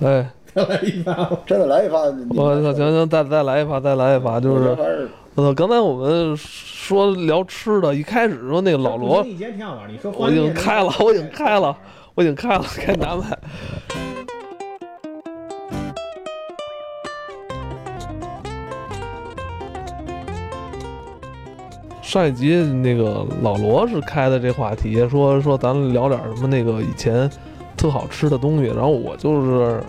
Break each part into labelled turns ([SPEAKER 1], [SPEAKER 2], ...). [SPEAKER 1] 哎，
[SPEAKER 2] 再来 一发吧。
[SPEAKER 3] 真的来一发，你
[SPEAKER 1] 我操，行行，再再来一发，再来一发，就
[SPEAKER 3] 我
[SPEAKER 1] 是
[SPEAKER 3] 这玩意儿
[SPEAKER 1] 我操，刚才我们说聊吃的，一开始说那个老罗
[SPEAKER 2] 你以前挺好玩儿，你说
[SPEAKER 1] 我已经开了，我已经开了，我已经开了，该拿买。上一集那个老罗是开的这话题，说说咱们聊点什么那个以前特好吃的东西，然后我就是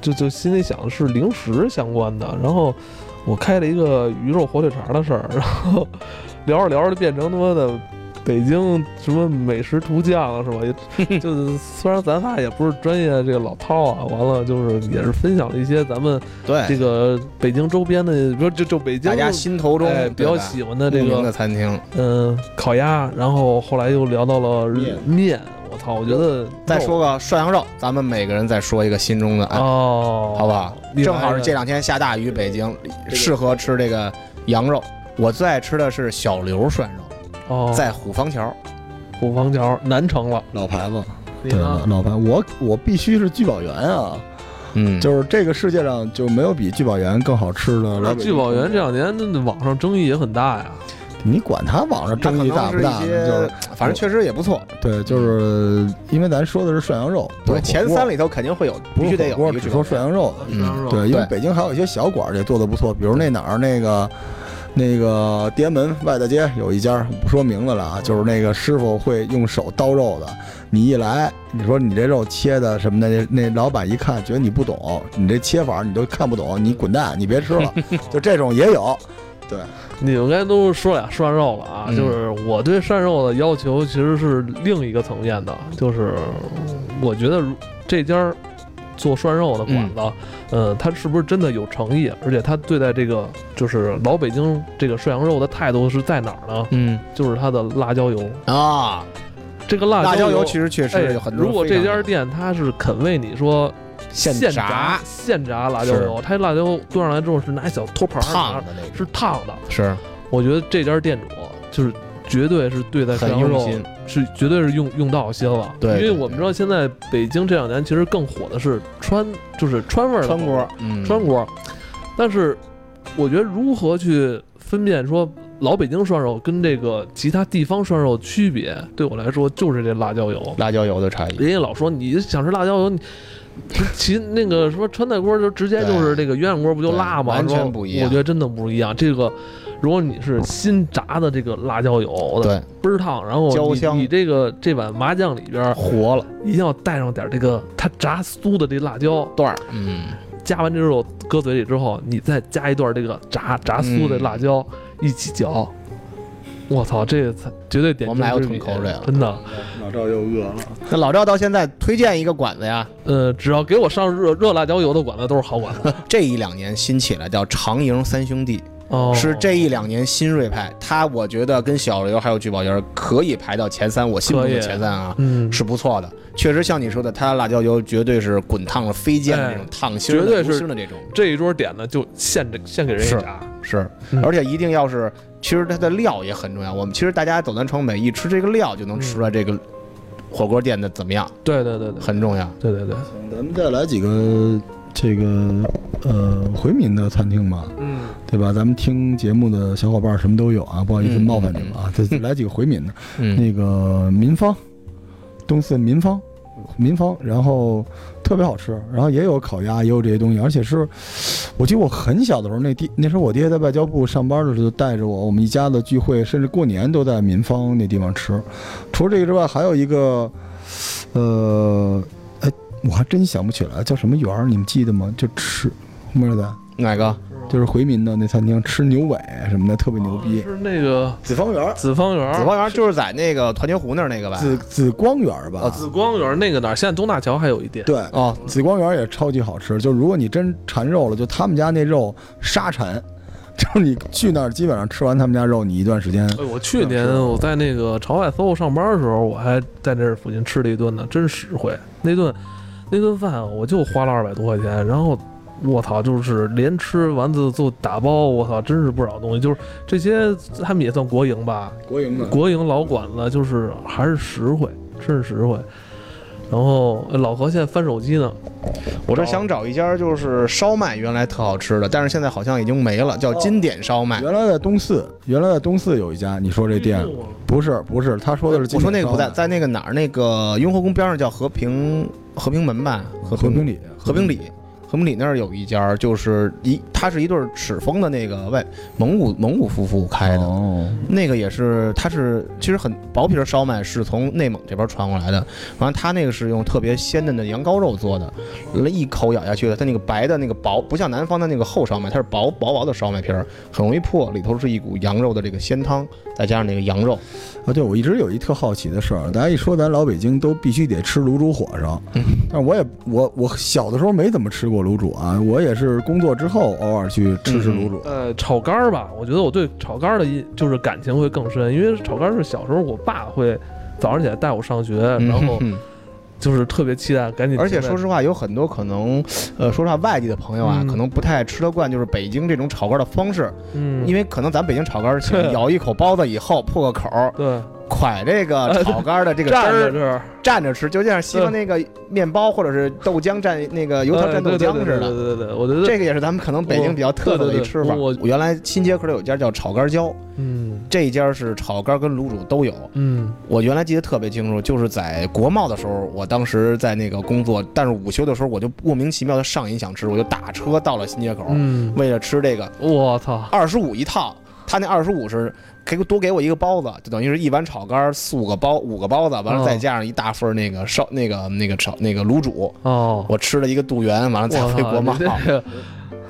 [SPEAKER 1] 就就心里想的是零食相关的，然后我开了一个鱼肉火腿肠的事儿，然后 聊着聊着就变成他妈的北京什么美食图鉴了是吧？也就是虽然咱仨也不是专业这个老饕啊，完了就是也是分享了一些咱们这
[SPEAKER 4] 对，
[SPEAKER 1] 个北京周边的，比如就就北京
[SPEAKER 4] 哎大家心头中
[SPEAKER 1] 哎比较喜欢的这
[SPEAKER 4] 慕名
[SPEAKER 1] 个
[SPEAKER 4] 的餐厅，
[SPEAKER 1] 嗯、烤鸭，然后后来又聊到了
[SPEAKER 2] 面
[SPEAKER 1] 面，我操，我觉得
[SPEAKER 4] 再说个涮羊肉，咱们每个人再说一个心中的爱，
[SPEAKER 1] 哦，
[SPEAKER 4] 好不好？
[SPEAKER 1] 厉害
[SPEAKER 4] 正好是这两天下大雨，北京适合吃这个羊肉。我最爱吃的是小刘涮肉，
[SPEAKER 1] 哦，
[SPEAKER 4] 在虎坊桥。
[SPEAKER 1] 虎坊桥南城了，
[SPEAKER 3] 老牌子，
[SPEAKER 2] 对
[SPEAKER 3] 对
[SPEAKER 4] 啊
[SPEAKER 3] 老老牌，我我必须是聚宝源啊！
[SPEAKER 4] 嗯，
[SPEAKER 3] 就是这个世界上就没有比聚宝源更好吃的
[SPEAKER 1] 那
[SPEAKER 3] 了。
[SPEAKER 1] 啊聚宝源这两年那网上争议也很大呀。
[SPEAKER 3] 你管他网上
[SPEAKER 4] 那可
[SPEAKER 3] 争议
[SPEAKER 4] 能
[SPEAKER 3] 大不
[SPEAKER 4] 是
[SPEAKER 3] 大
[SPEAKER 4] 一
[SPEAKER 3] 呢，就是
[SPEAKER 4] 些，反正确实也不错。
[SPEAKER 3] 对，就是因为咱说的是涮羊肉，不
[SPEAKER 4] 对，
[SPEAKER 3] 是
[SPEAKER 4] 前
[SPEAKER 3] 火锅
[SPEAKER 4] 三里头肯定会有，
[SPEAKER 3] 不
[SPEAKER 4] 必须
[SPEAKER 3] 是
[SPEAKER 4] 得
[SPEAKER 3] 火锅
[SPEAKER 4] 有一个
[SPEAKER 3] 只
[SPEAKER 4] 这
[SPEAKER 3] 说
[SPEAKER 4] 种。
[SPEAKER 3] 涮羊肉。
[SPEAKER 4] 嗯
[SPEAKER 1] 涮羊肉
[SPEAKER 3] 对，因为
[SPEAKER 4] 对
[SPEAKER 3] 北京还有一些小馆儿也做的不错，比如那哪儿那个那个地安门外大街有一家，不说名字了啊，就是那个师傅会用手刀肉的，你一来，你说你这肉切的什么的，那那老板一看觉得你不懂，你这切法你都看不懂，你滚蛋，你别吃了，就这种也有。对，
[SPEAKER 1] 你们刚才都说俩涮肉了啊，
[SPEAKER 4] 嗯
[SPEAKER 1] 就是我对涮肉的要求其实是另一个层面的，就是我觉得如这家儿做涮肉的馆
[SPEAKER 4] 嗯
[SPEAKER 1] 子，呃，他是不是真的有诚意，而且他对待这个就是老北京这个涮羊肉的态度是在哪儿呢？
[SPEAKER 4] 嗯
[SPEAKER 1] 就是它的辣椒油，
[SPEAKER 4] 啊，
[SPEAKER 1] 这个辣
[SPEAKER 4] 辣椒油
[SPEAKER 1] 油
[SPEAKER 4] 其实确实有
[SPEAKER 1] 哎
[SPEAKER 4] 很，多。
[SPEAKER 1] 如果这家店它是肯为你说
[SPEAKER 4] 现
[SPEAKER 1] 现
[SPEAKER 4] 炸
[SPEAKER 1] 现炸辣椒油，它辣椒油端上来之后是拿一小托盘儿拿
[SPEAKER 4] 烫的那种
[SPEAKER 1] 是烫的。
[SPEAKER 4] 是
[SPEAKER 1] 我觉得这家店主就是绝对是对待
[SPEAKER 4] 很
[SPEAKER 1] 涮羊
[SPEAKER 4] 用
[SPEAKER 1] 肉
[SPEAKER 4] 心，
[SPEAKER 1] 是绝对是用用到心了。
[SPEAKER 4] 对对
[SPEAKER 1] 因为我们知道现在北京这两年其实更火的是川，就是川味儿的
[SPEAKER 4] 川
[SPEAKER 1] 火锅
[SPEAKER 4] 锅，嗯，
[SPEAKER 1] 川锅。但是我觉得如何去分辨说老北京涮肉跟这个其他地方涮肉区别，对我来说就是这辣椒油。
[SPEAKER 4] 辣椒油的差异。
[SPEAKER 1] 人家老说你想吃辣椒油，你其那个什么川菜锅就直接就是这个鸳鸯锅不就辣吗？
[SPEAKER 4] 对完全
[SPEAKER 1] 说
[SPEAKER 4] 不一样
[SPEAKER 1] 我觉得真的不一样。这个如果你是新炸的这个辣椒油，
[SPEAKER 4] 对，
[SPEAKER 1] 倍儿烫，然后
[SPEAKER 4] 焦
[SPEAKER 1] 你
[SPEAKER 4] 香
[SPEAKER 1] 你这个这碗麻酱里边
[SPEAKER 4] 活了
[SPEAKER 1] 一定要带上点这个它炸酥的这辣椒段儿，
[SPEAKER 4] 嗯，
[SPEAKER 1] 加完这肉搁嘴里之后，你再加一段这个炸炸酥
[SPEAKER 4] 嗯
[SPEAKER 1] 的辣椒、一起嚼。我操，这才绝对点
[SPEAKER 4] 我们俩
[SPEAKER 1] 睛
[SPEAKER 4] 又
[SPEAKER 1] 之笔
[SPEAKER 4] 吞口水了
[SPEAKER 1] 真的。
[SPEAKER 3] 老赵又饿了，
[SPEAKER 4] 那老赵到现在推荐一个馆子呀，
[SPEAKER 1] 呃，只要给我上热热辣椒油的馆子都是好馆子。
[SPEAKER 4] 这一两年新起来叫长营三兄弟，
[SPEAKER 1] 哦，
[SPEAKER 4] 是这一两年新锐派。他我觉得跟小刘还有聚宝园可以排到前三，我心目中
[SPEAKER 1] 可
[SPEAKER 4] 的
[SPEAKER 1] 以
[SPEAKER 4] 前三啊，
[SPEAKER 1] 嗯，
[SPEAKER 4] 是不错的。确实像你说的，他辣椒油绝对是滚烫了飞溅的那种
[SPEAKER 1] 哎
[SPEAKER 4] 烫心儿的、
[SPEAKER 1] 绝对是
[SPEAKER 4] 流心儿的这种。
[SPEAKER 1] 这一桌点的就现这现给人家
[SPEAKER 4] 是
[SPEAKER 3] 啊
[SPEAKER 1] 炸，
[SPEAKER 4] 是
[SPEAKER 1] 嗯，
[SPEAKER 4] 而且一定要是，其实它的料也很重要。我们其实大家走南闯北，一吃这个料就能吃出来这
[SPEAKER 3] 嗯
[SPEAKER 4] 个火锅店的怎么样，
[SPEAKER 1] 对对对对
[SPEAKER 4] 很重要。
[SPEAKER 1] 对对对，
[SPEAKER 3] 咱们再来几个这个呃回民的餐厅吧。
[SPEAKER 1] 嗯，
[SPEAKER 3] 对吧？咱们听节目的小伙伴儿什么都有啊，不好意思
[SPEAKER 4] 嗯
[SPEAKER 3] 冒犯你们啊。再再来几个回民的，
[SPEAKER 4] 嗯，
[SPEAKER 3] 那个民芳，东四民芳，民芳，然后特别好吃，然后也有烤鸭，也有这些东西，而且是，我记得我很小的时候，那地那时候我爹在外交部上班的时候，就带着我，我们一家子聚会，甚至过年都在民芳那地方吃。除了这个之外，还有一个，呃，哎，我还真想不起来叫什么园儿，你们记得吗？就吃，莫尔仔。
[SPEAKER 4] 哪个？
[SPEAKER 3] 就是回民的那餐厅吃牛尾什么的，特别牛逼。
[SPEAKER 1] 哦是那个
[SPEAKER 3] 紫芳园儿，
[SPEAKER 1] 紫芳园
[SPEAKER 4] 紫
[SPEAKER 1] 儿。
[SPEAKER 4] 光园就是在那个团结湖那儿那个吧？
[SPEAKER 3] 紫紫光园儿吧？
[SPEAKER 4] 哦
[SPEAKER 1] 啊紫光园儿那个哪儿？现在东大桥还有一店。
[SPEAKER 3] 对，
[SPEAKER 4] 哦，
[SPEAKER 3] 紫光园儿也超级好吃。就如果你真馋肉了，就他们家那肉沙馋，就是你去那儿基本上吃完他们家肉，你一段时间
[SPEAKER 1] 哎，我去年我在那个朝外 SOHO 上班的时候，我还在那附近吃了一顿呢，真实惠。那顿那顿饭我就花了二百多块钱，然后我操，就是连吃完就就打包，我操，真是不少东西。就是这些他们也算国营吧，
[SPEAKER 3] 国营的
[SPEAKER 1] 国营老馆子就是还是实惠，真是实惠。然后呃老何现在翻手机呢，
[SPEAKER 4] 我这想找一家就是烧麦，原来特好吃的，但是现在好像已经没了，叫金典烧麦。
[SPEAKER 3] 哦原来在东四，原来在东四有一家，你说这
[SPEAKER 1] 哎
[SPEAKER 3] 店不是不是，他说的是金
[SPEAKER 4] 我说那个
[SPEAKER 3] 鼎
[SPEAKER 4] 不在，
[SPEAKER 3] 烧麦
[SPEAKER 4] 在那个哪儿？那个雍和宫边上叫和平和平门吧？和
[SPEAKER 3] 和平里，
[SPEAKER 4] 和平里，和平里那儿有一家，就是一，它是一对儿赤峰的那个外蒙古蒙古夫妇开的，
[SPEAKER 3] 哦，
[SPEAKER 4] 那个也是，它是其实很薄皮儿烧麦是从内蒙这边传过来的，完了它那个是用特别鲜嫩的羊羔肉做的，一口咬下去的，它那个白的那个薄，不像南方的那个厚烧麦，它是薄薄薄的烧麦皮儿，很容易破，里头是一股羊肉的这个鲜汤，再加上那个羊肉，
[SPEAKER 3] 啊，对，我一直有一特好奇的事儿，大家一说咱老北京都必须得吃卤煮火烧，
[SPEAKER 4] 嗯
[SPEAKER 3] 但我也我我小的时候没怎么吃过卤煮啊，我也是工作之后偶尔去吃吃卤煮。
[SPEAKER 1] 呃，炒肝儿吧，我觉得我对炒肝儿的印就是感情会更深，因为炒肝儿是小时候我爸会早上起来带我上学， 然后
[SPEAKER 4] 嗯
[SPEAKER 1] 就是特别期待赶紧。
[SPEAKER 4] 而且说实话，有很多可能，呃，说实话，外地的朋友啊，
[SPEAKER 1] 嗯
[SPEAKER 4] 可能不太吃得惯，就是北京这种炒肝的方式，
[SPEAKER 1] 嗯，
[SPEAKER 4] 因
[SPEAKER 1] 为
[SPEAKER 4] 为可能咱北京炒肝是
[SPEAKER 1] 对
[SPEAKER 4] 咬一口包子以后破个口儿，
[SPEAKER 1] 对
[SPEAKER 4] 蒯这个炒肝的这个汁
[SPEAKER 1] 站呃着
[SPEAKER 4] 儿
[SPEAKER 1] 这儿
[SPEAKER 4] 蘸着吃，就像西方那个面包或者是豆浆蘸那个油条蘸
[SPEAKER 1] 哎
[SPEAKER 4] 豆
[SPEAKER 1] 对对
[SPEAKER 4] 浆
[SPEAKER 1] 对
[SPEAKER 4] 似
[SPEAKER 1] 对
[SPEAKER 4] 的。
[SPEAKER 1] 对对对，我觉得
[SPEAKER 4] 这个也是咱们可能北京比较特色的一吃法。
[SPEAKER 1] 我对对对我
[SPEAKER 4] 原来新街口有一家叫炒肝椒，
[SPEAKER 1] 嗯
[SPEAKER 4] 这一家是炒肝跟卤煮都有。
[SPEAKER 1] 嗯
[SPEAKER 4] 我原来记得特别清楚，就是在国贸的时候，我当时在那个工作，但是午休的时候我就莫名其妙的上瘾想吃，我就打车到了新街口，
[SPEAKER 1] 嗯，
[SPEAKER 4] 为了吃这个
[SPEAKER 1] 我操，
[SPEAKER 4] 二十五一套，他那二十五是给我多给我一个包子，就等于是一碗炒肝四五个包五个包子，完了
[SPEAKER 1] 哦
[SPEAKER 4] 再加上一大份儿那个烧那个那个炒那个卤煮，
[SPEAKER 1] 哦，
[SPEAKER 4] 我吃了一个肚圆，完了
[SPEAKER 1] 我
[SPEAKER 4] 再
[SPEAKER 1] 操
[SPEAKER 4] 回国贸
[SPEAKER 1] 你。这个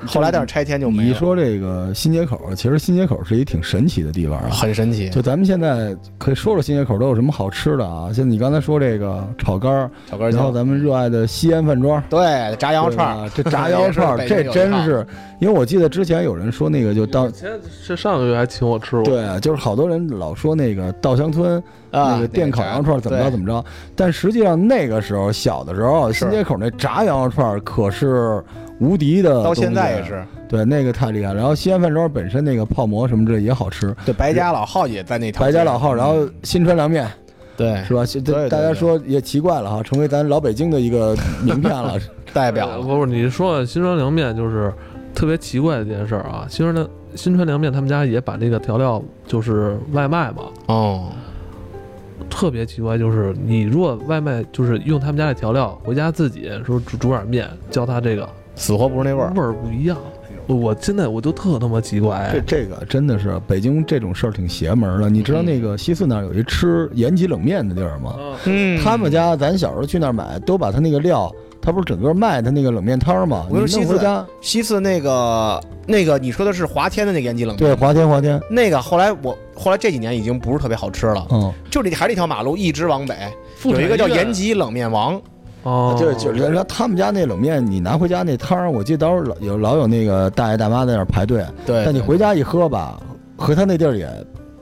[SPEAKER 4] 后来但是拆迁就没
[SPEAKER 3] 你
[SPEAKER 4] 了，
[SPEAKER 3] 一说这个新街口，其实新街口是一挺神奇的地方啊。
[SPEAKER 4] 很神奇，
[SPEAKER 3] 就咱们现在可以说说新街口都有什么好吃的啊？像你刚才说这个炒肝儿，
[SPEAKER 4] 炒肝
[SPEAKER 3] 然后
[SPEAKER 4] 椒，
[SPEAKER 3] 咱们热爱的西安饭庄，
[SPEAKER 4] 对，炸羊肉串儿，
[SPEAKER 3] 对吧这炸羊肉串儿，
[SPEAKER 4] 也是北京有
[SPEAKER 3] 这
[SPEAKER 4] 一
[SPEAKER 3] 真
[SPEAKER 4] 套
[SPEAKER 3] 是，因为我记得之前有人说那个就稻
[SPEAKER 1] 以，前是上个月还请我吃过，
[SPEAKER 3] 对，啊就是好多人老说那个稻香村
[SPEAKER 4] 啊，
[SPEAKER 3] 那个电烤
[SPEAKER 4] 炸
[SPEAKER 3] 羊肉串儿怎么着
[SPEAKER 4] 对
[SPEAKER 3] 怎么着，但实际上那个时候小的时候，
[SPEAKER 4] 是
[SPEAKER 3] 新街口那炸羊肉串儿可是无敌的，
[SPEAKER 4] 到现在也，是，
[SPEAKER 3] 对，那个太厉害了。然后西安饭庄本身那个泡馍什么之类也好吃，
[SPEAKER 4] 对白家老号也在那条
[SPEAKER 3] 白
[SPEAKER 4] 街
[SPEAKER 3] 家
[SPEAKER 4] 上
[SPEAKER 3] 老号，然后新川凉面
[SPEAKER 4] 对
[SPEAKER 3] 是吧？
[SPEAKER 4] 哎对对
[SPEAKER 3] 这大家说也奇怪了哈，成为咱老北京的一个名片 了。
[SPEAKER 4] 代
[SPEAKER 1] 代
[SPEAKER 4] 表了
[SPEAKER 1] 哎不不，你说新川凉面就是特别奇怪的一件事儿啊，新川凉新川凉面他们家也把这个调料就是外卖嘛，
[SPEAKER 4] 哦，
[SPEAKER 1] 特别奇怪，就是你如果外卖就是用他们家的调料回家自己说煮煮点面，教他这个
[SPEAKER 4] 死活不是那味儿，哎
[SPEAKER 1] 味儿不一样。我我现在我就特他妈奇怪
[SPEAKER 3] 这，这个真的是北京这种事儿挺邪门儿的。你知道那个西四那儿有一吃延吉冷面的地儿吗？
[SPEAKER 1] 啊
[SPEAKER 4] 嗯
[SPEAKER 3] 他们家咱小时候去那儿买，都把他那个料，他不是整个卖他那个冷面摊儿吗？
[SPEAKER 4] 我跟你说
[SPEAKER 3] 你弄
[SPEAKER 4] 西
[SPEAKER 3] 回
[SPEAKER 4] 四
[SPEAKER 3] 家，
[SPEAKER 4] 西次那个那个你说的是华天的那个延吉冷面，
[SPEAKER 3] 对，华天华天，
[SPEAKER 4] 那个后来我后来这几年已经不是特别好吃了，
[SPEAKER 3] 嗯，
[SPEAKER 4] 就这还是那条马路一直往北，
[SPEAKER 1] 妇
[SPEAKER 4] 有
[SPEAKER 1] 产
[SPEAKER 4] 一个叫
[SPEAKER 1] 医院
[SPEAKER 4] 延吉啊冷面王，
[SPEAKER 1] 哦，
[SPEAKER 3] 就就是然后他们家那冷面，你拿回家那摊儿，我记得当时老有老有那个大爷大妈在那儿排队，
[SPEAKER 4] 对，
[SPEAKER 3] 但你回家一喝吧，和他那地儿也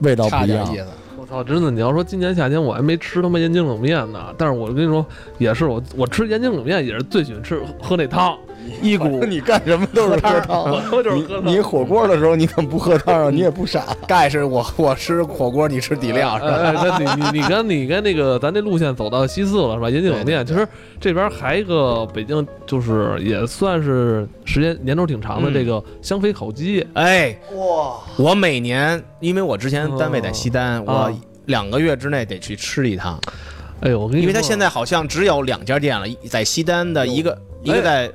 [SPEAKER 3] 味道
[SPEAKER 4] 差
[SPEAKER 3] 不一
[SPEAKER 4] 点
[SPEAKER 3] 样
[SPEAKER 4] 意。思，
[SPEAKER 1] 我操，真的！你要说今年夏天我还没吃他妈延津冷面呢，但是我跟你说，也是我我吃延津冷面也是最喜欢吃喝那汤，一股
[SPEAKER 4] 你干什么都是
[SPEAKER 3] 喝
[SPEAKER 4] 汤。嗯
[SPEAKER 3] 汤，
[SPEAKER 1] 我就是喝
[SPEAKER 3] 你
[SPEAKER 1] 汤
[SPEAKER 3] 你。火锅的时候你怎么不喝汤啊？你也不傻，
[SPEAKER 4] 盖是我我吃火锅，你吃底料是吧？
[SPEAKER 1] 哎，哎那你你你跟你跟那个咱这路线走到西四了是吧？延津冷面，其实这边还一个北京，就是也算是时间年头挺长的
[SPEAKER 4] 嗯
[SPEAKER 1] 这个香妃烤鸡，
[SPEAKER 4] 哎，哇！我每年因为我之前单位在西单，
[SPEAKER 1] 啊
[SPEAKER 4] 我两个月之内得去吃一趟，
[SPEAKER 1] 哎呦，我跟你说，
[SPEAKER 4] 因为它现在好像只有两家店了，一在西单的一个一个在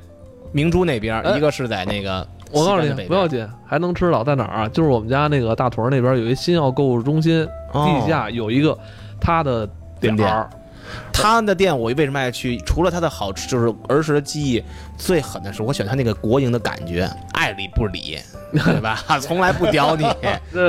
[SPEAKER 4] 明珠那边，
[SPEAKER 1] 哎
[SPEAKER 4] 一个是在那个
[SPEAKER 1] 我告诉
[SPEAKER 4] 西单
[SPEAKER 1] 你
[SPEAKER 4] 的北边
[SPEAKER 1] 不要紧，还能吃到在哪儿啊？就是我们家那个大屯儿那边有一新奥购物中心，
[SPEAKER 4] 哦
[SPEAKER 1] 地下有一个它的点
[SPEAKER 4] 分店
[SPEAKER 1] 儿，
[SPEAKER 4] 他的店我为什么爱去？除了它的好吃，就是儿时的记忆，最狠的是我选它那个国营的感觉，爱理不理，对吧？ 从来不屌你。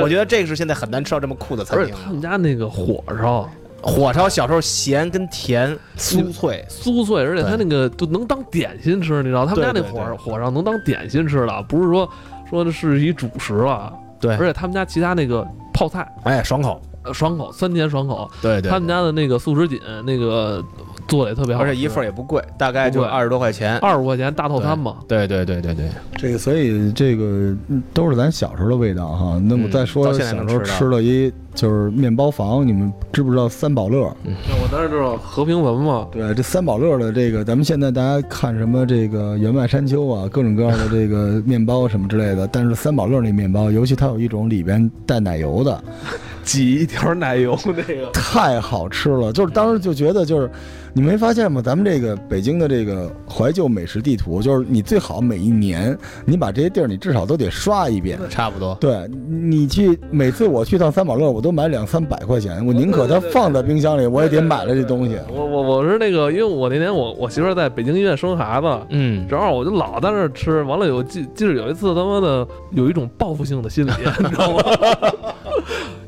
[SPEAKER 4] 我觉得这个是现在很难吃到这么酷的餐
[SPEAKER 1] 而且
[SPEAKER 4] 厅
[SPEAKER 1] 他
[SPEAKER 4] 了。
[SPEAKER 1] 们家那个火烧
[SPEAKER 4] 火烧小时候咸跟甜，酥脆，
[SPEAKER 1] 酥脆，而且他那
[SPEAKER 4] 对
[SPEAKER 1] 个就能当点心吃，你知道他们家那
[SPEAKER 4] 对对
[SPEAKER 1] 火
[SPEAKER 4] 对
[SPEAKER 1] 火烧能当点心吃的，不是说说的是一主食了。
[SPEAKER 4] 对
[SPEAKER 1] 而且他们家其他那个泡菜
[SPEAKER 4] 哎，爽口。
[SPEAKER 1] 呃爽口，酸甜爽口。
[SPEAKER 4] 对对，
[SPEAKER 1] 他们家的那个素食锦那个做的也特别好
[SPEAKER 4] 而
[SPEAKER 1] 吃，
[SPEAKER 4] 且一份儿也不贵，大概就
[SPEAKER 1] 不贵
[SPEAKER 4] 二十多块钱。
[SPEAKER 1] 二十块钱大套餐嘛，
[SPEAKER 4] 对对对对对，
[SPEAKER 3] 这个，所以这个嗯都是咱小时候的味道哈。那么
[SPEAKER 4] 嗯
[SPEAKER 3] 再说
[SPEAKER 4] 到现在
[SPEAKER 3] 小
[SPEAKER 4] 能
[SPEAKER 3] 时候
[SPEAKER 4] 吃到
[SPEAKER 3] 吃了一就是面包房，你们知不知道三宝乐？
[SPEAKER 1] 那我当时知道和平门嘛，
[SPEAKER 3] 对，这三宝乐的这个，咱们现在大家看什么这个原味山丘啊，各种各样的这个面包什么之类的，但是三宝乐那面包，尤其它有一种里边带奶油的，
[SPEAKER 1] 挤一条奶油那个，
[SPEAKER 3] 太好吃了，就是当时就觉得就是，你没发现吗？咱们这个北京的这个怀旧美食地图，就是你最好每一年你把这些地儿你至少都得刷一遍。
[SPEAKER 4] 差不多。
[SPEAKER 3] 对你去，每次我去趟三宝乐，我都买两三百块钱，我宁可它放在冰箱里，我也得买了这东西。
[SPEAKER 1] 我我我是那个，因为我那年我我媳妇儿在北京医院生孩子。
[SPEAKER 4] 嗯，
[SPEAKER 1] 正好我就老在那儿吃，完了有记记得有一次他妈的有一种报复性的心理，你知道吗？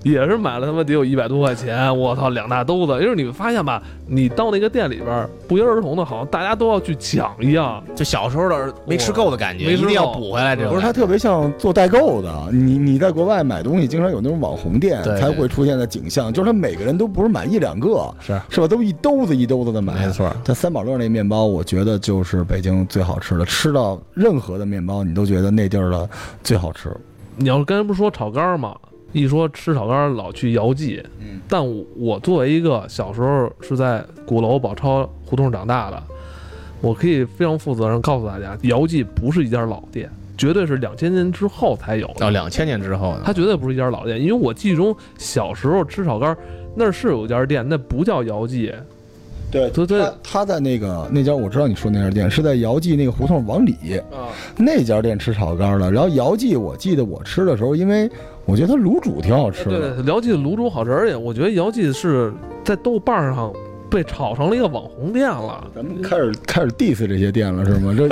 [SPEAKER 1] 也是买了他妈得有一百多块钱，我操两大兜子。就是你发现吧，你到那个店里边儿不约而同的，好像大家都要去抢一样。
[SPEAKER 4] 就小时候的没吃够的感觉，
[SPEAKER 1] 没
[SPEAKER 4] 一
[SPEAKER 1] 吃够
[SPEAKER 4] 定要补回来。这
[SPEAKER 3] 不
[SPEAKER 4] 种
[SPEAKER 3] 是，它
[SPEAKER 4] 感觉
[SPEAKER 3] 特别像做代购的。你你在国外买东西，经常有那种网红店
[SPEAKER 4] 对对
[SPEAKER 3] 才会出现的景象，就是他每个人都不是买一两个，
[SPEAKER 4] 是
[SPEAKER 3] 是吧？都一兜子一兜子的买。
[SPEAKER 4] 没错。
[SPEAKER 3] 在三宝乐那面包，我觉得就是北京最好吃的，吃到任何的面包，你都觉得那地儿的最好吃。
[SPEAKER 1] 你要是刚才不是说炒肝儿吗？一说吃炒肝儿老去姚记，
[SPEAKER 3] 嗯，
[SPEAKER 1] 但我我作为一个小时候是在鼓楼宝钞胡同长大的，我可以非常负责任告诉大家，姚记不是一家老店，绝对是两千年之后才有的。
[SPEAKER 4] 到两千年之后呢，
[SPEAKER 1] 它绝对不是一家老店，因为我记忆中小时候吃炒肝儿，那是有一家店，那不叫姚记，
[SPEAKER 3] 对
[SPEAKER 1] 对对
[SPEAKER 3] 他他在那个那家我知道你说那家店是在姚记那个胡同往里
[SPEAKER 1] 啊，
[SPEAKER 3] 那家店吃炒肝的。然后姚记，我记得我吃的时候，因为我觉得它卤煮挺好吃的。
[SPEAKER 1] 对，姚记的卤煮好吃，而且我觉得姚记是在豆瓣上被炒成了一个网红店了。
[SPEAKER 3] 咱们开始嗯开始 diss 这些店了是吗？这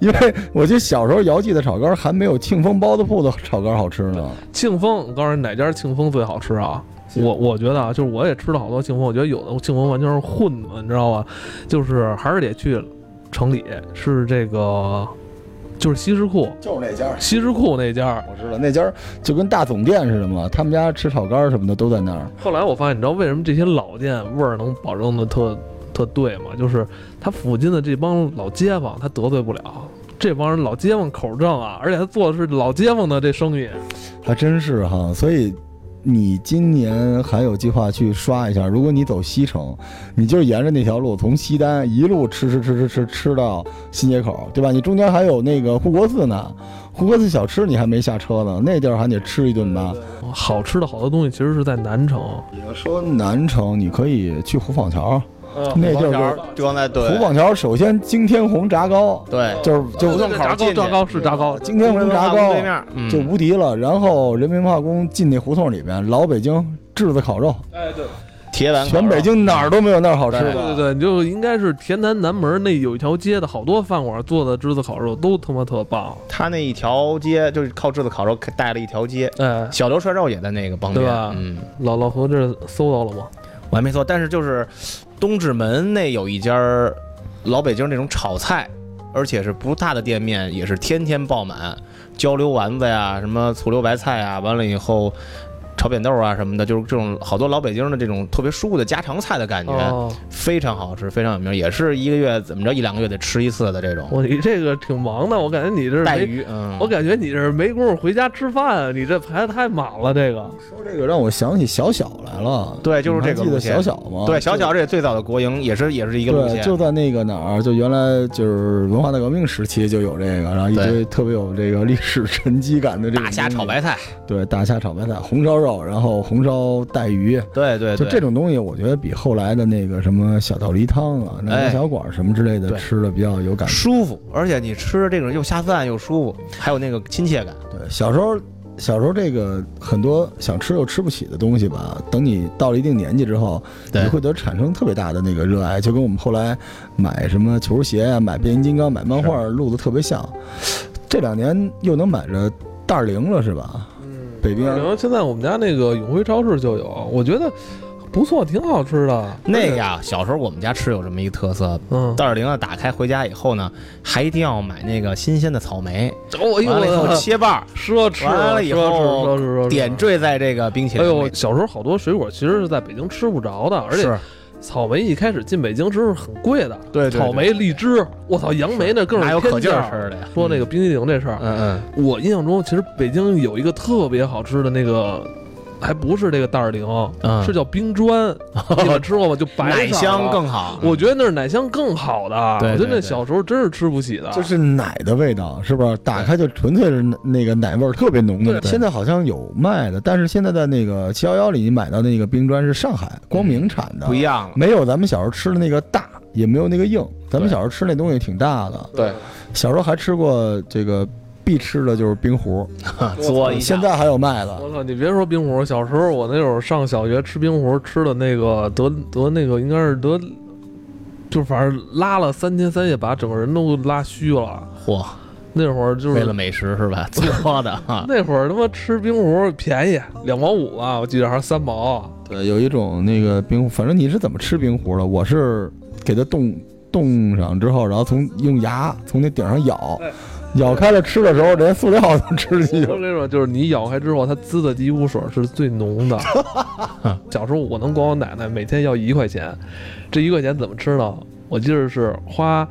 [SPEAKER 3] 因为我记得小时候姚记的炒肝还没有庆丰包子铺的炒肝好吃呢。
[SPEAKER 1] 庆丰，我告诉你哪家庆丰最好吃啊？
[SPEAKER 3] 行
[SPEAKER 1] 我我觉得啊，就是我也吃了好多庆丰，我觉得有的庆丰完全是混的，你知道吧？就是还是得去城里，是这个，就是西直库，
[SPEAKER 3] 就是那家，
[SPEAKER 1] 西直库那家。
[SPEAKER 3] 我知道那家就跟大总店似的嘛，他们家吃炒肝什么的都在那儿。
[SPEAKER 1] 后来我发现，你知道为什么这些老店味儿能保证的特特对吗？就是他附近的这帮老街坊，他得罪不了。这帮人老街坊口正啊，而且他做的是老街坊的这生意。
[SPEAKER 3] 还真是哈，所以你今年还有计划去刷一下。如果你走西城，你就沿着那条路从西单一路吃吃吃吃吃吃到新街口，对吧？你中间还有那个护国寺呢，护国寺小吃你还没下车呢，那地儿还得吃一顿吧。
[SPEAKER 1] 好吃的好多东西其实是在南城，
[SPEAKER 3] 你要说南城，你可以去虎坊桥，
[SPEAKER 1] 嗯
[SPEAKER 3] 那
[SPEAKER 4] 黄
[SPEAKER 3] 地儿就
[SPEAKER 4] 条
[SPEAKER 3] 是
[SPEAKER 4] 儿就刚才对
[SPEAKER 3] 虎坊桥，首先惊天红炸糕，
[SPEAKER 4] 对
[SPEAKER 3] 就是就
[SPEAKER 4] 胡同口
[SPEAKER 1] 炸糕，
[SPEAKER 4] 进去
[SPEAKER 1] 炸糕是炸糕，
[SPEAKER 3] 惊天红炸糕
[SPEAKER 4] 对面，嗯
[SPEAKER 3] 就无敌了。然后人民文化宫进那胡同里边，老北京炙子烤肉，
[SPEAKER 1] 哎对。
[SPEAKER 4] 铁板烤肉
[SPEAKER 3] 全北京哪儿都没有那儿好吃
[SPEAKER 1] 对对
[SPEAKER 3] 的。
[SPEAKER 1] 对，你就应该是田南南门那有一条街的好多饭馆做的栀子烤肉都他妈特棒，
[SPEAKER 4] 他那一条街就是靠炙子烤肉带了一条街，
[SPEAKER 1] 哎，
[SPEAKER 4] 小刘涮肉也在那个旁边，
[SPEAKER 1] 对吧
[SPEAKER 4] 嗯，
[SPEAKER 1] 老老何这搜到了吗？
[SPEAKER 4] 我还没错，但是就是东直门那有一家儿老北京那种炒菜，而且是不大的店面，也是天天爆满，焦溜丸子呀，什么醋溜白菜呀，完了以后。炒扁豆啊什么的，就是这种好多老北京的这种特别舒服的家常菜的感觉，
[SPEAKER 1] 哦，
[SPEAKER 4] 非常好吃，非常有名，也是一个月怎么着一两个月得吃一次的这种
[SPEAKER 1] 我你这个挺忙的，我感觉你这是
[SPEAKER 4] 带
[SPEAKER 1] 没
[SPEAKER 4] 鱼。嗯，
[SPEAKER 1] 我感觉你这是没工夫回家吃饭啊，你这排的太满了。这个
[SPEAKER 3] 说这个让我想起小小来了，
[SPEAKER 4] 对就是这个
[SPEAKER 3] 你还记
[SPEAKER 4] 路
[SPEAKER 3] 得
[SPEAKER 4] 线
[SPEAKER 3] 小小吗？
[SPEAKER 4] 对小小这最早的国营也是也是一个路
[SPEAKER 3] 对，
[SPEAKER 4] 线，
[SPEAKER 3] 就在那个哪儿，就原来就是文化大革命时期就有这个，然后一堆
[SPEAKER 4] 对
[SPEAKER 3] 特别有这个历史沉积感的这种
[SPEAKER 4] 大虾
[SPEAKER 3] 东西
[SPEAKER 4] 炒，白菜，
[SPEAKER 3] 对，大虾炒白菜、红烧肉，然后红烧带鱼，
[SPEAKER 4] 对对
[SPEAKER 3] 就
[SPEAKER 4] 对，
[SPEAKER 3] 这种东西，我觉得比后来的那个什么小料梨汤啊、南
[SPEAKER 4] 哎
[SPEAKER 3] 洋小馆什么之类的
[SPEAKER 4] 对
[SPEAKER 3] 吃的比较有感觉。
[SPEAKER 4] 舒服，而且你吃这种又下饭又舒服，还有那个亲切感。
[SPEAKER 3] 对，小时候小时候这个很多想吃又吃不起的东西吧，等你到了一定年纪之后，你
[SPEAKER 4] 对
[SPEAKER 3] 会得产生特别大的那个热爱，就跟我们后来买什么球鞋啊、买变形金刚、买漫画路子特别像。这两年又能买着袋儿零了是吧？
[SPEAKER 4] 嗯
[SPEAKER 3] 北冰
[SPEAKER 1] 然
[SPEAKER 3] 洋
[SPEAKER 1] 后现在我们家那个永辉超市就有，我觉得不错，挺好吃的。
[SPEAKER 4] 那个啊，小时候我们家吃有这么一个特色，
[SPEAKER 1] 嗯，
[SPEAKER 4] 袋儿零啊，打开回家以后呢，还一定要买那个新鲜的草莓，
[SPEAKER 1] 哦哎呦
[SPEAKER 4] 完了以后
[SPEAKER 1] 我
[SPEAKER 4] 切瓣儿，
[SPEAKER 1] 奢侈，
[SPEAKER 4] 完了以后
[SPEAKER 1] 奢侈奢侈奢侈
[SPEAKER 4] 点缀在这个冰淇
[SPEAKER 1] 哎
[SPEAKER 4] 淋
[SPEAKER 1] 呦，
[SPEAKER 4] 里。
[SPEAKER 1] 小时候好多水果其实是在北京吃不着的，而且
[SPEAKER 4] 是
[SPEAKER 1] 草莓一开始进北京时候是很贵的，
[SPEAKER 4] 对对对
[SPEAKER 1] 草莓、荔枝，我操，杨梅那更是
[SPEAKER 4] 哪有可
[SPEAKER 1] 天
[SPEAKER 4] 劲儿
[SPEAKER 1] 价
[SPEAKER 4] 吃的呀？
[SPEAKER 1] 说那个冰激凌这事儿，
[SPEAKER 4] 嗯嗯，
[SPEAKER 1] 我印象中其实北京有一个特别好吃的那个，还不是这个袋儿零，
[SPEAKER 4] 嗯
[SPEAKER 1] 是叫冰 砖，你们吃过吗？就白
[SPEAKER 4] 奶
[SPEAKER 1] 色的
[SPEAKER 4] 香。更好。
[SPEAKER 1] 我觉得那是奶香更好的，
[SPEAKER 4] 对
[SPEAKER 1] 我觉
[SPEAKER 4] 对
[SPEAKER 1] 得那
[SPEAKER 4] 对
[SPEAKER 1] 小时候真是吃不起的。
[SPEAKER 3] 就是奶的味道，是不是？打开就纯粹是奶那个奶味儿特别浓的。
[SPEAKER 4] 对
[SPEAKER 3] 现在好像有卖的，但是现在在那个七幺幺里，你买到那个冰砖是上海光明产的，
[SPEAKER 4] 不一样了。
[SPEAKER 3] 没有咱们小时候吃的那个大，也没有那个硬。咱们
[SPEAKER 4] 对
[SPEAKER 3] 小时候吃那东西挺大的，
[SPEAKER 4] 对，
[SPEAKER 3] 小时候还吃过这个必吃的就是冰壶，
[SPEAKER 4] 嘬一下
[SPEAKER 3] 现在还有卖的。
[SPEAKER 1] 我操！你别说冰壶，小时候我那会儿上小学吃冰壶，吃的那个得得那个应该是得，就反正拉了三天三夜，把整个人都拉虚了。
[SPEAKER 4] 嚯，
[SPEAKER 1] 那会儿就
[SPEAKER 4] 为
[SPEAKER 1] 是
[SPEAKER 4] 了美食是 吧？做的啊，
[SPEAKER 1] 那会儿他妈吃冰壶便宜，两毛五吧，我记得还是三毛。
[SPEAKER 3] 对，有一种那个冰壶，反正你是怎么吃冰壶的？我是给它冻冻上之后，然后从用牙从那顶上咬
[SPEAKER 1] 哎，
[SPEAKER 3] 咬开了吃的时候，连塑料都 吃进去
[SPEAKER 1] 我
[SPEAKER 3] 了。
[SPEAKER 1] 跟你说，就是你咬开之后，它滋的第一股水是最浓 的。啊小时候我能管我奶奶每天要一块钱，这一块钱怎么吃呢？我记得是花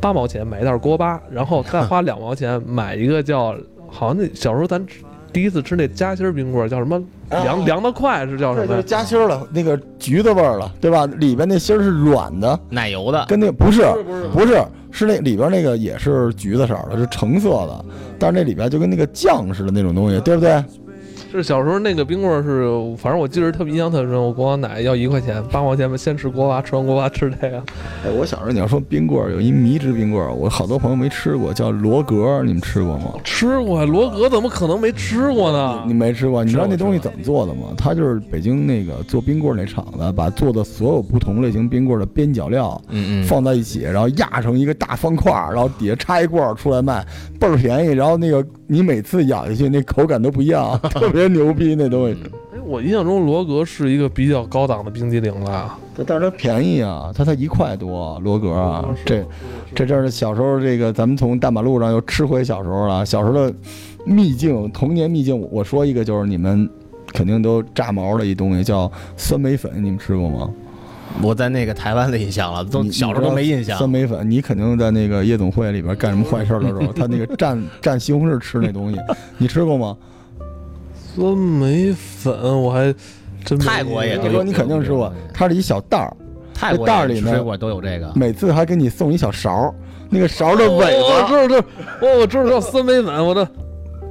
[SPEAKER 1] 八毛钱买一袋锅巴，然后再花两毛钱买一个叫好像那小时候咱吃第一次吃那夹心儿冰棍儿叫什么
[SPEAKER 3] 啊
[SPEAKER 1] 凉凉的快是叫什
[SPEAKER 3] 这
[SPEAKER 1] 么
[SPEAKER 3] 就是
[SPEAKER 1] 呀？
[SPEAKER 3] 夹心儿了，那个橘子味儿了，对吧？里边那芯儿是软的，
[SPEAKER 4] 奶油的，
[SPEAKER 3] 啊跟那个不是
[SPEAKER 1] 不是
[SPEAKER 3] 不是是那里边那个也是橘子色儿的，是橙色的，但是那里边就跟那个酱似的那种东西，对不对？
[SPEAKER 1] 是小时候那个冰棍儿是，反正我记得特别印象特别深。我管我奶奶要一块钱，八毛钱先吃锅巴，吃完锅巴吃这个。
[SPEAKER 3] 哎，我小时候你要说冰棍儿，有一迷之冰棍儿，我好多朋友没吃过，叫罗格，你们吃过吗？
[SPEAKER 1] 吃过罗格怎么可能没吃过呢？
[SPEAKER 3] 你没啊吃过？你知道
[SPEAKER 4] 吃过
[SPEAKER 3] 那东西怎么做的吗？它就是北京那个做冰棍儿那厂子，把做的所有不同类型冰棍儿的边角料
[SPEAKER 4] 嗯嗯，
[SPEAKER 3] 放在一起，然后压成一个大方块儿，然后底下插一罐儿出来卖，倍儿便宜。然后那个你每次咬下去，那口感都不一样， 特别牛逼那东西。
[SPEAKER 1] 哎，我印象中罗格是一个比较高档的冰激凌了。啊
[SPEAKER 3] 但是它便宜啊，它才一块多，罗格啊，这这阵儿小时候这个咱们从大马路上又吃回小时候了，小时候的秘境，童年秘境，我我说一个就是你们肯定都炸毛的一东西叫酸梅粉，你们吃过吗？
[SPEAKER 4] 我在那个台湾的印象了，都
[SPEAKER 3] 你
[SPEAKER 4] 小时候都没印象
[SPEAKER 3] 酸。梅粉，你肯定在那个夜总会里边干什么坏事儿的时候，他那个蘸蘸西红柿吃那 东西，你吃过吗？
[SPEAKER 1] 酸梅粉我还真没
[SPEAKER 4] 泰国也
[SPEAKER 3] 你说你肯定吃过，它是一小袋儿，
[SPEAKER 4] 泰国
[SPEAKER 3] 那袋儿
[SPEAKER 4] 也
[SPEAKER 3] 里
[SPEAKER 4] 吃
[SPEAKER 3] 呢
[SPEAKER 4] 水果都有这个，
[SPEAKER 3] 每次还给你送一小勺儿，那个勺儿的
[SPEAKER 1] 我
[SPEAKER 3] 尾
[SPEAKER 1] 哦我知道
[SPEAKER 3] 巴。
[SPEAKER 1] 知道，哦我我知道酸梅粉，我的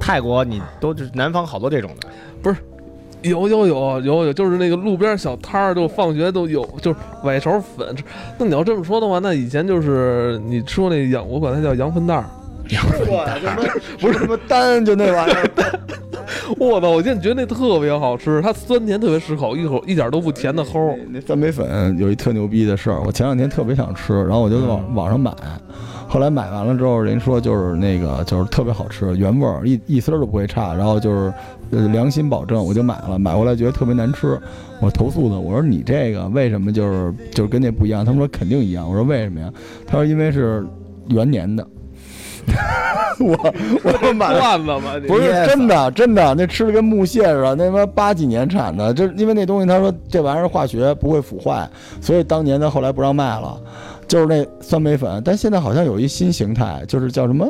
[SPEAKER 4] 泰国你都就是南方好多这种的，
[SPEAKER 1] 有有有有有，就是那个路边小摊儿，就放学都有，就是崴勺粉。那你要这么说的话，那以前就是你吃过那洋，我管它叫洋粉蛋儿。
[SPEAKER 3] 哦 不是什么单，就那玩意儿。
[SPEAKER 1] 我操！我现在觉得那特别好吃，它酸甜特别适口，一口一点都不甜的 齁。
[SPEAKER 3] 那酸梅粉嗯有一特牛逼的事儿，我前两天特别想吃，然后我就在网网上买，后来买完了之后，人说就是那个就是特别好吃，原味儿一一丝儿都不会差，然后就是呃良心保证，我就买了，买回来觉得特别难吃，我投诉他，我说你这个为什么就是就是跟那不一样？他们说肯定一样，我说为什么呀？他说因为是元年的， 我我买了
[SPEAKER 1] 段子吧，你
[SPEAKER 3] 不是
[SPEAKER 4] 噎死
[SPEAKER 3] 真的，真的，那吃的跟木屑似的，那他妈八几年产的，就是因为那东西，他说这玩意儿化学不会腐坏，所以当年他后来不让卖了，就是那酸梅粉，但现在好像有一新形态，就是叫什么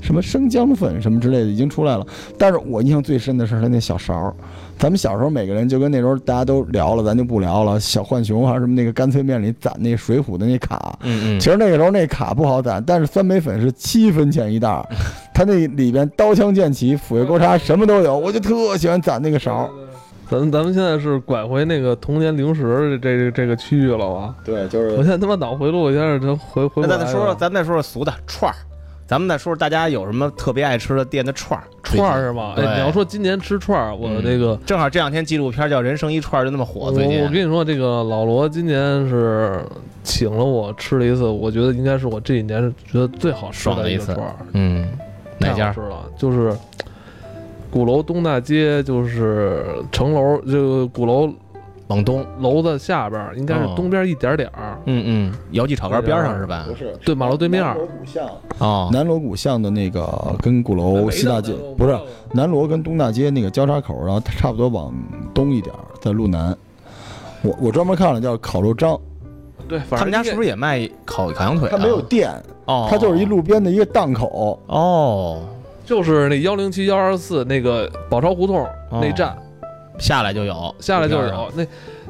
[SPEAKER 3] 什么生姜粉什么之类的已经出来了，但是我印象最深的是他那小勺儿。咱们小时候每个人就跟那时候大家都聊了，咱就不聊了。小浣熊还是什么那个干脆面里攒那水浒的那卡，
[SPEAKER 4] 嗯
[SPEAKER 3] 其实那个时候那卡不好攒，但是酸梅粉是七分钱一袋儿，它那里边刀枪剑戟、斧钺钩叉什么都有，我就特喜欢攒那个勺儿。
[SPEAKER 1] 咱们咱们现在是拐回那个童年零食这这这个区域了吧？
[SPEAKER 3] 对，就
[SPEAKER 1] 我现在他妈脑回路，我现在这回回不
[SPEAKER 4] 那
[SPEAKER 1] 来
[SPEAKER 4] 咱再
[SPEAKER 1] 了。
[SPEAKER 4] 说说，咱再说说俗的串儿，咱们再说说大家有什么特别爱吃的店的串儿。
[SPEAKER 1] 串儿是吗？
[SPEAKER 4] 对
[SPEAKER 1] 哎，你要说今年吃串儿，我
[SPEAKER 4] 嗯
[SPEAKER 1] 这个、
[SPEAKER 4] 正好这两天纪录片叫《人生一串》就那么火，
[SPEAKER 1] 我
[SPEAKER 4] 最
[SPEAKER 1] 我跟
[SPEAKER 4] 近
[SPEAKER 1] 你说，这个老罗今年是请了我吃了一次，我觉得应该是我这几年觉得最好吃
[SPEAKER 4] 爽的
[SPEAKER 1] 一
[SPEAKER 4] 一
[SPEAKER 1] 个
[SPEAKER 4] 次
[SPEAKER 1] 串儿。
[SPEAKER 4] 嗯，哪
[SPEAKER 1] 太好
[SPEAKER 4] 家
[SPEAKER 1] 吃？了？就是鼓楼东大街，就是城楼，就鼓楼
[SPEAKER 4] 往东，
[SPEAKER 1] 楼子下边儿，应该是
[SPEAKER 4] 哦
[SPEAKER 1] 东边一点点儿，
[SPEAKER 4] 嗯嗯，姚记炒肝边上是吧？
[SPEAKER 3] 是
[SPEAKER 1] 对马路对面儿
[SPEAKER 3] 南锣鼓巷，
[SPEAKER 4] 哦，
[SPEAKER 3] 南锣鼓巷的那个跟鼓楼西大街不是南锣跟东大街那个交叉口，然后它差不多往东一点儿，在路南。我我专门看了叫烤肉张，
[SPEAKER 1] 对，反正
[SPEAKER 4] 他们家
[SPEAKER 1] 应该
[SPEAKER 4] 是不是也卖烤烤羊腿、啊？
[SPEAKER 3] 它没有店，
[SPEAKER 4] 哦，
[SPEAKER 3] 它就是一路边的一个档口。
[SPEAKER 4] 哦，
[SPEAKER 1] 就是那幺零七幺二四那个宝钞胡同
[SPEAKER 4] 哦
[SPEAKER 1] 那站、
[SPEAKER 4] 下来就有，
[SPEAKER 1] 下来就是
[SPEAKER 4] 这样
[SPEAKER 1] 有那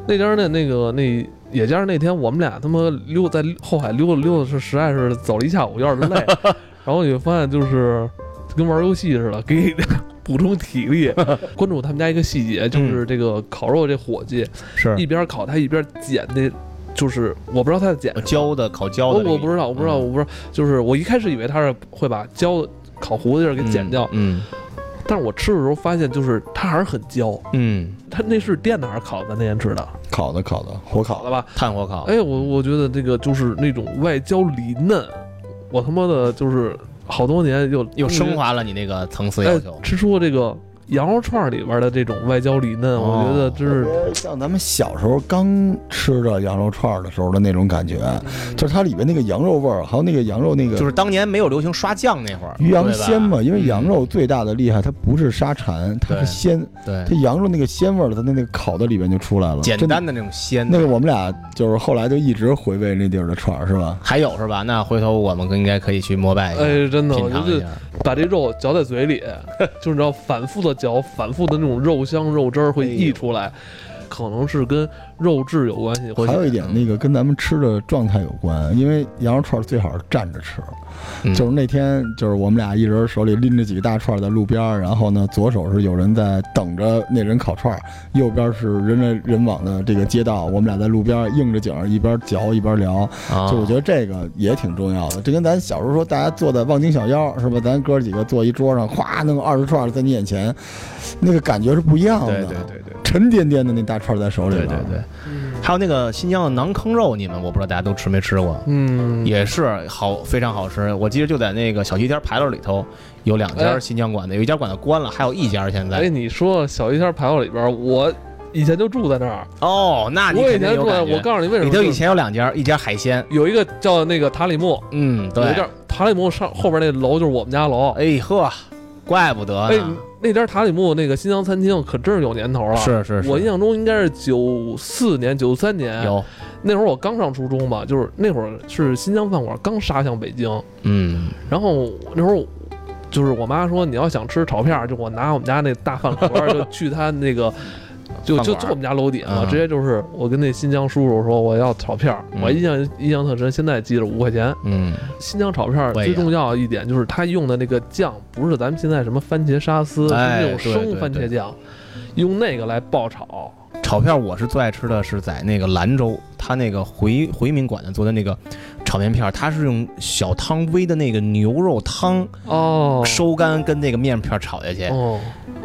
[SPEAKER 1] 那家的那个那也加上那天我们俩他妈溜在后海溜达溜达是实在是走了一下午，有点 累，然后你就发现就是跟玩游戏似的， 给你补充体 力。关注他们家一个细节，就是这个烤肉这伙计、
[SPEAKER 4] 嗯是
[SPEAKER 1] 一边烤他一边捡那，就是我不知道他在捡什么
[SPEAKER 4] 焦的烤焦
[SPEAKER 1] 我
[SPEAKER 4] 的那个，
[SPEAKER 1] 我不知道，我不知道，我不知道，就是我一开始以为他是会把焦烤糊的地儿给
[SPEAKER 4] 嗯
[SPEAKER 1] 剪掉，
[SPEAKER 4] 嗯
[SPEAKER 1] 但是我吃的时候发现，就是它还是很焦。
[SPEAKER 4] 嗯，
[SPEAKER 1] 它那是电的还是烤的？那天吃的，
[SPEAKER 3] 烤的烤的，
[SPEAKER 1] 好
[SPEAKER 3] 火烤
[SPEAKER 1] 了
[SPEAKER 3] 的
[SPEAKER 1] 吧？
[SPEAKER 4] 炭火烤，
[SPEAKER 1] 哎，我我觉得这个就是那种外焦里嫩，我他妈的就是好多年又
[SPEAKER 4] 又升华了你那个层次要
[SPEAKER 1] 哎
[SPEAKER 4] 求，。
[SPEAKER 1] 吃出这个羊肉串里边的这种外焦里嫩，我觉得
[SPEAKER 4] 哦
[SPEAKER 1] 真是
[SPEAKER 3] 像咱们小时候刚吃着羊肉串儿的时候的那种感觉，就是它里边那个羊肉味儿，还有那个羊肉那个
[SPEAKER 4] 嗯就是当年没有流行刷酱那会儿，
[SPEAKER 3] 鱼羊
[SPEAKER 4] 对吧嗯
[SPEAKER 3] 鲜嘛，因为羊肉最大的厉害，它不是沙馋，它
[SPEAKER 4] 对
[SPEAKER 3] 是鲜，
[SPEAKER 4] 对
[SPEAKER 3] 它羊肉那个鲜味儿，它那那个烤的里边就出来了。
[SPEAKER 4] 简
[SPEAKER 3] 真的
[SPEAKER 4] 单的那种鲜
[SPEAKER 3] 那个我们俩就是后来就一直回味那地儿的串儿，是吧？
[SPEAKER 4] 还有是吧？那回头我们应该可以去膜拜一下，
[SPEAKER 1] 哎，真的，我
[SPEAKER 4] 品
[SPEAKER 1] 觉
[SPEAKER 4] 尝一
[SPEAKER 1] 得
[SPEAKER 4] 下。
[SPEAKER 1] 把这肉嚼在嘴里， 就是你知道反复的嚼，反复的那种肉香肉汁儿会
[SPEAKER 4] 哎
[SPEAKER 1] 溢出来，可能是跟肉质有关系。或许
[SPEAKER 3] 还有一点，
[SPEAKER 4] 嗯
[SPEAKER 3] 那个跟咱们吃的状态有关，因为羊肉串儿最好是蘸着吃。
[SPEAKER 4] 嗯
[SPEAKER 3] 就是那天，就是我们俩一人手里拎着几个大串儿在路边儿，然后呢，左手是有人在等着那人烤串儿，右边是人来人往的这个街道，我们俩在路边儿应着景儿，一边嚼一边聊。
[SPEAKER 4] 啊
[SPEAKER 3] 就我觉得这个也挺重要的，这跟咱小时候说大家坐在望京小腰是吧？咱哥几个坐一桌上，咵弄二十串在你眼前，那个感觉是不一样的，
[SPEAKER 4] 对对对对
[SPEAKER 3] 沉甸甸的那大串在手里
[SPEAKER 4] 对
[SPEAKER 3] 边，
[SPEAKER 4] 对对，还有那个新疆的馕坑肉，你们我不知道大家都吃没吃过，
[SPEAKER 1] 嗯，
[SPEAKER 4] 也是好非常好吃。我记得就在那个小西天牌楼里头有两家
[SPEAKER 1] 哎
[SPEAKER 4] 新疆馆子，有一家馆子关了，还有一家现
[SPEAKER 1] 哎，
[SPEAKER 4] 在。
[SPEAKER 1] 你说小鱼摊牌楼里边儿，我以前就住在那儿，
[SPEAKER 4] 哦，那你
[SPEAKER 1] 我以
[SPEAKER 4] 肯定
[SPEAKER 1] 前
[SPEAKER 4] 有
[SPEAKER 1] 住在，
[SPEAKER 4] 感
[SPEAKER 1] 我
[SPEAKER 4] 觉。
[SPEAKER 1] 告诉你为什
[SPEAKER 4] 里
[SPEAKER 1] 么，
[SPEAKER 4] 头
[SPEAKER 1] 就
[SPEAKER 4] 以
[SPEAKER 1] 是
[SPEAKER 4] 前有两家，一家海鲜，
[SPEAKER 1] 有一个叫那个塔里木，
[SPEAKER 4] 嗯，
[SPEAKER 1] 有一
[SPEAKER 4] 对
[SPEAKER 1] 家，塔里木上后边那楼就是我们家楼。
[SPEAKER 4] 哎呵，怪不得
[SPEAKER 1] 哎
[SPEAKER 4] 呢，，
[SPEAKER 1] 那家塔里木那个新疆餐厅可真是有年头了。
[SPEAKER 4] 是是是，
[SPEAKER 1] 哎我印象中应该是九四年、九三年，
[SPEAKER 4] 有，
[SPEAKER 1] 那会儿我刚上初中吧，就是那会儿是新疆饭馆刚杀向北京，
[SPEAKER 4] 嗯，
[SPEAKER 1] 然后那会儿我就是我妈说你要想吃炒片儿，就我拿我们家那大饭盒儿就去她那 个。就
[SPEAKER 4] 饭
[SPEAKER 1] 就
[SPEAKER 4] 馆儿
[SPEAKER 1] 就我们家楼底下嘛，
[SPEAKER 4] 嗯
[SPEAKER 1] 直接就是我跟那新疆叔叔说我要炒片儿，
[SPEAKER 4] 嗯
[SPEAKER 1] 我印象印象特深，现在记着五块钱。
[SPEAKER 4] 嗯，
[SPEAKER 1] 新疆炒片儿
[SPEAKER 4] 不一
[SPEAKER 1] 最
[SPEAKER 4] 样
[SPEAKER 1] 重要一点就是它用的那个酱不是咱们现在什么番茄沙司，是
[SPEAKER 4] 哎
[SPEAKER 1] 那种
[SPEAKER 4] 对
[SPEAKER 1] 生
[SPEAKER 4] 对
[SPEAKER 1] 番茄
[SPEAKER 4] 对
[SPEAKER 1] 酱，用那个来爆炒。
[SPEAKER 4] 炒片我是最爱吃的是在那个兰州，他那个回回民馆子做的那个炒面片儿，它是用小汤煨的那个牛肉汤
[SPEAKER 1] 哦，
[SPEAKER 4] 嗯收干，跟那个面片儿炒下去，
[SPEAKER 1] 哦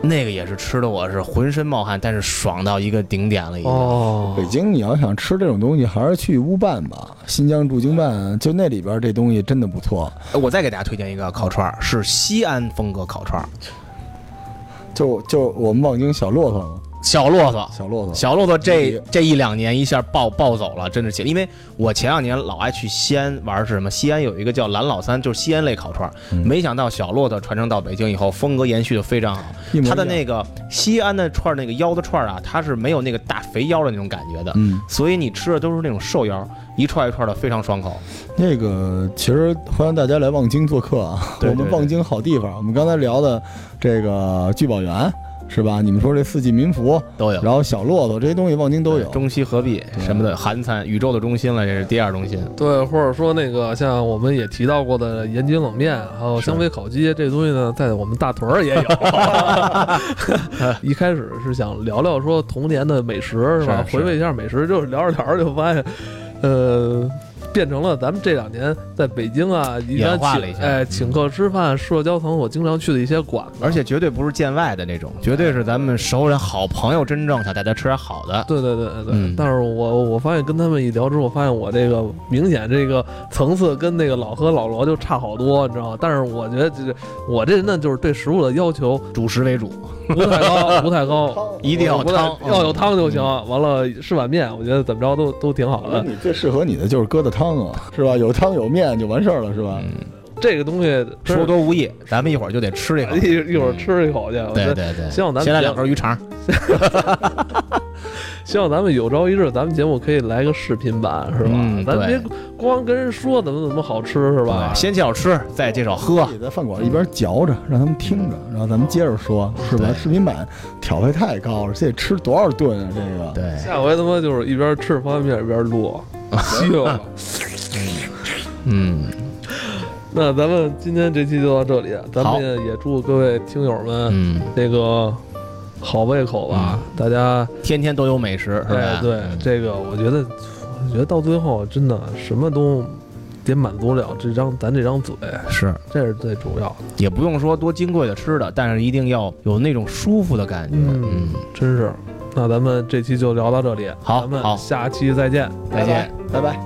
[SPEAKER 4] 那个也是吃的我是浑身冒汗，但是爽到一个顶点了已经。
[SPEAKER 1] 哦，
[SPEAKER 3] 北京你要想吃这种东西，还是去乌办吧，新疆驻京办，就那里边这东西真的不错。
[SPEAKER 4] 哎我再给大家推荐一个烤串儿，是西安风格烤串儿，
[SPEAKER 3] 就就我们望京小骆驼嘛，
[SPEAKER 4] 小骆驼，
[SPEAKER 3] 小骆驼，
[SPEAKER 4] 小骆驼这
[SPEAKER 3] 理
[SPEAKER 4] 这一两年一下暴暴走了，真是起。因为我前两年老爱去西安玩，是什么？西安有一个叫蓝老三，就是西安类烤串儿。
[SPEAKER 3] 嗯
[SPEAKER 4] 没想到小骆驼传承到北京以后，风格延续的非常好。
[SPEAKER 3] 一模一
[SPEAKER 4] 它的
[SPEAKER 3] 样
[SPEAKER 4] 那个西安的串儿，那个腰的串儿啊，它是没有那个大肥腰的那种感觉的，
[SPEAKER 3] 嗯。
[SPEAKER 4] 所以你吃的都是那种瘦腰，一串一串的，非常爽口。
[SPEAKER 3] 那个其实欢迎大家来望京做客啊，
[SPEAKER 4] 对对
[SPEAKER 3] 我们望京好地方。我们刚才聊的这个聚宝园是吧？你们说这四季民福，
[SPEAKER 4] 都有，
[SPEAKER 3] 然后小骆驼这些东西，望京都有。
[SPEAKER 4] 中西合璧什么的，韩餐宇宙的中心了，这是第二中心。
[SPEAKER 1] 对，或者说那个像我们也提到过的盐津冷面，还有香妃烤鸡这东西呢，在我们大屯 儿也有。一开始是想聊聊说童年的美食是吧？
[SPEAKER 4] 是是
[SPEAKER 1] 回味一下美食，就是聊着聊着就发现，呃。变成了咱们这两年在北京啊，一
[SPEAKER 4] 演化
[SPEAKER 1] 般
[SPEAKER 4] 了一
[SPEAKER 1] 请
[SPEAKER 4] 下
[SPEAKER 1] 哎
[SPEAKER 4] 嗯
[SPEAKER 1] 请客吃饭、社交层我经常去的一些馆子，
[SPEAKER 4] 而且绝对不是见外的那种，绝对是咱们熟人、好朋友，真正想带他吃点好的。
[SPEAKER 1] 对对对对对，
[SPEAKER 4] 嗯
[SPEAKER 1] 但是我我发现跟他们一聊之后，发现我这个明显这个层次跟那个老何老罗就差好多，你知道吗？但是我觉得这我这人呢，就是对食物的要求
[SPEAKER 4] 主食为主，啊
[SPEAKER 1] 不太 高，不太高，
[SPEAKER 4] 一定要
[SPEAKER 1] 不太
[SPEAKER 4] 汤，嗯
[SPEAKER 1] 要有汤就行。完了是碗面，我觉得怎么着都都挺好
[SPEAKER 3] 我说
[SPEAKER 4] 嗯
[SPEAKER 1] 的。
[SPEAKER 3] 你最适合你的就是疙瘩汤啊，是吧？有汤有面就完事儿了，是吧？
[SPEAKER 4] 嗯，
[SPEAKER 1] 这个东西真
[SPEAKER 4] 说
[SPEAKER 1] 是哎
[SPEAKER 4] 多无益，咱们一会儿就得吃这个。
[SPEAKER 1] 一一会儿吃一口去，我觉
[SPEAKER 4] 对
[SPEAKER 1] 得
[SPEAKER 4] 对对，
[SPEAKER 1] 希望咱们
[SPEAKER 4] 先来两根鱼肠。
[SPEAKER 1] 希望咱们有朝一日，咱们节目可以来个视频版，是吧？
[SPEAKER 4] 嗯
[SPEAKER 1] 咱别
[SPEAKER 4] 对
[SPEAKER 1] 光跟人说怎么怎么好吃，是吧
[SPEAKER 4] 对？先介绍吃，再介绍喝
[SPEAKER 3] 自。己在饭馆一边嚼着，让他们听着，然后咱们接着说，是吧？
[SPEAKER 4] 对
[SPEAKER 3] 视频版挑费太高了，这得吃多少顿啊？这个，
[SPEAKER 4] 对，
[SPEAKER 1] 下回他妈就是一边吃方便面一边录， 稀溜了。
[SPEAKER 4] 嗯，
[SPEAKER 1] 那咱们今天这期就到这里，咱
[SPEAKER 4] 好
[SPEAKER 1] 们也祝各位听友们
[SPEAKER 4] 嗯，
[SPEAKER 1] 这个好胃口吧，大家
[SPEAKER 4] 天天都有美食，是
[SPEAKER 1] 哎
[SPEAKER 4] 吧？
[SPEAKER 1] 对
[SPEAKER 4] 嗯
[SPEAKER 1] 这个，我觉得我觉得到最后真的什么都得满足了这张咱这张嘴，
[SPEAKER 4] 是
[SPEAKER 1] 这是最主要的，
[SPEAKER 4] 也不用说多金贵的吃的，但是一定要有那种舒服的感觉。
[SPEAKER 1] 嗯
[SPEAKER 4] 嗯，
[SPEAKER 1] 真是。那咱们这期就聊到这里，
[SPEAKER 4] 好
[SPEAKER 1] 咱们
[SPEAKER 4] 好
[SPEAKER 1] 下期再见。
[SPEAKER 4] 再见。
[SPEAKER 3] 拜拜。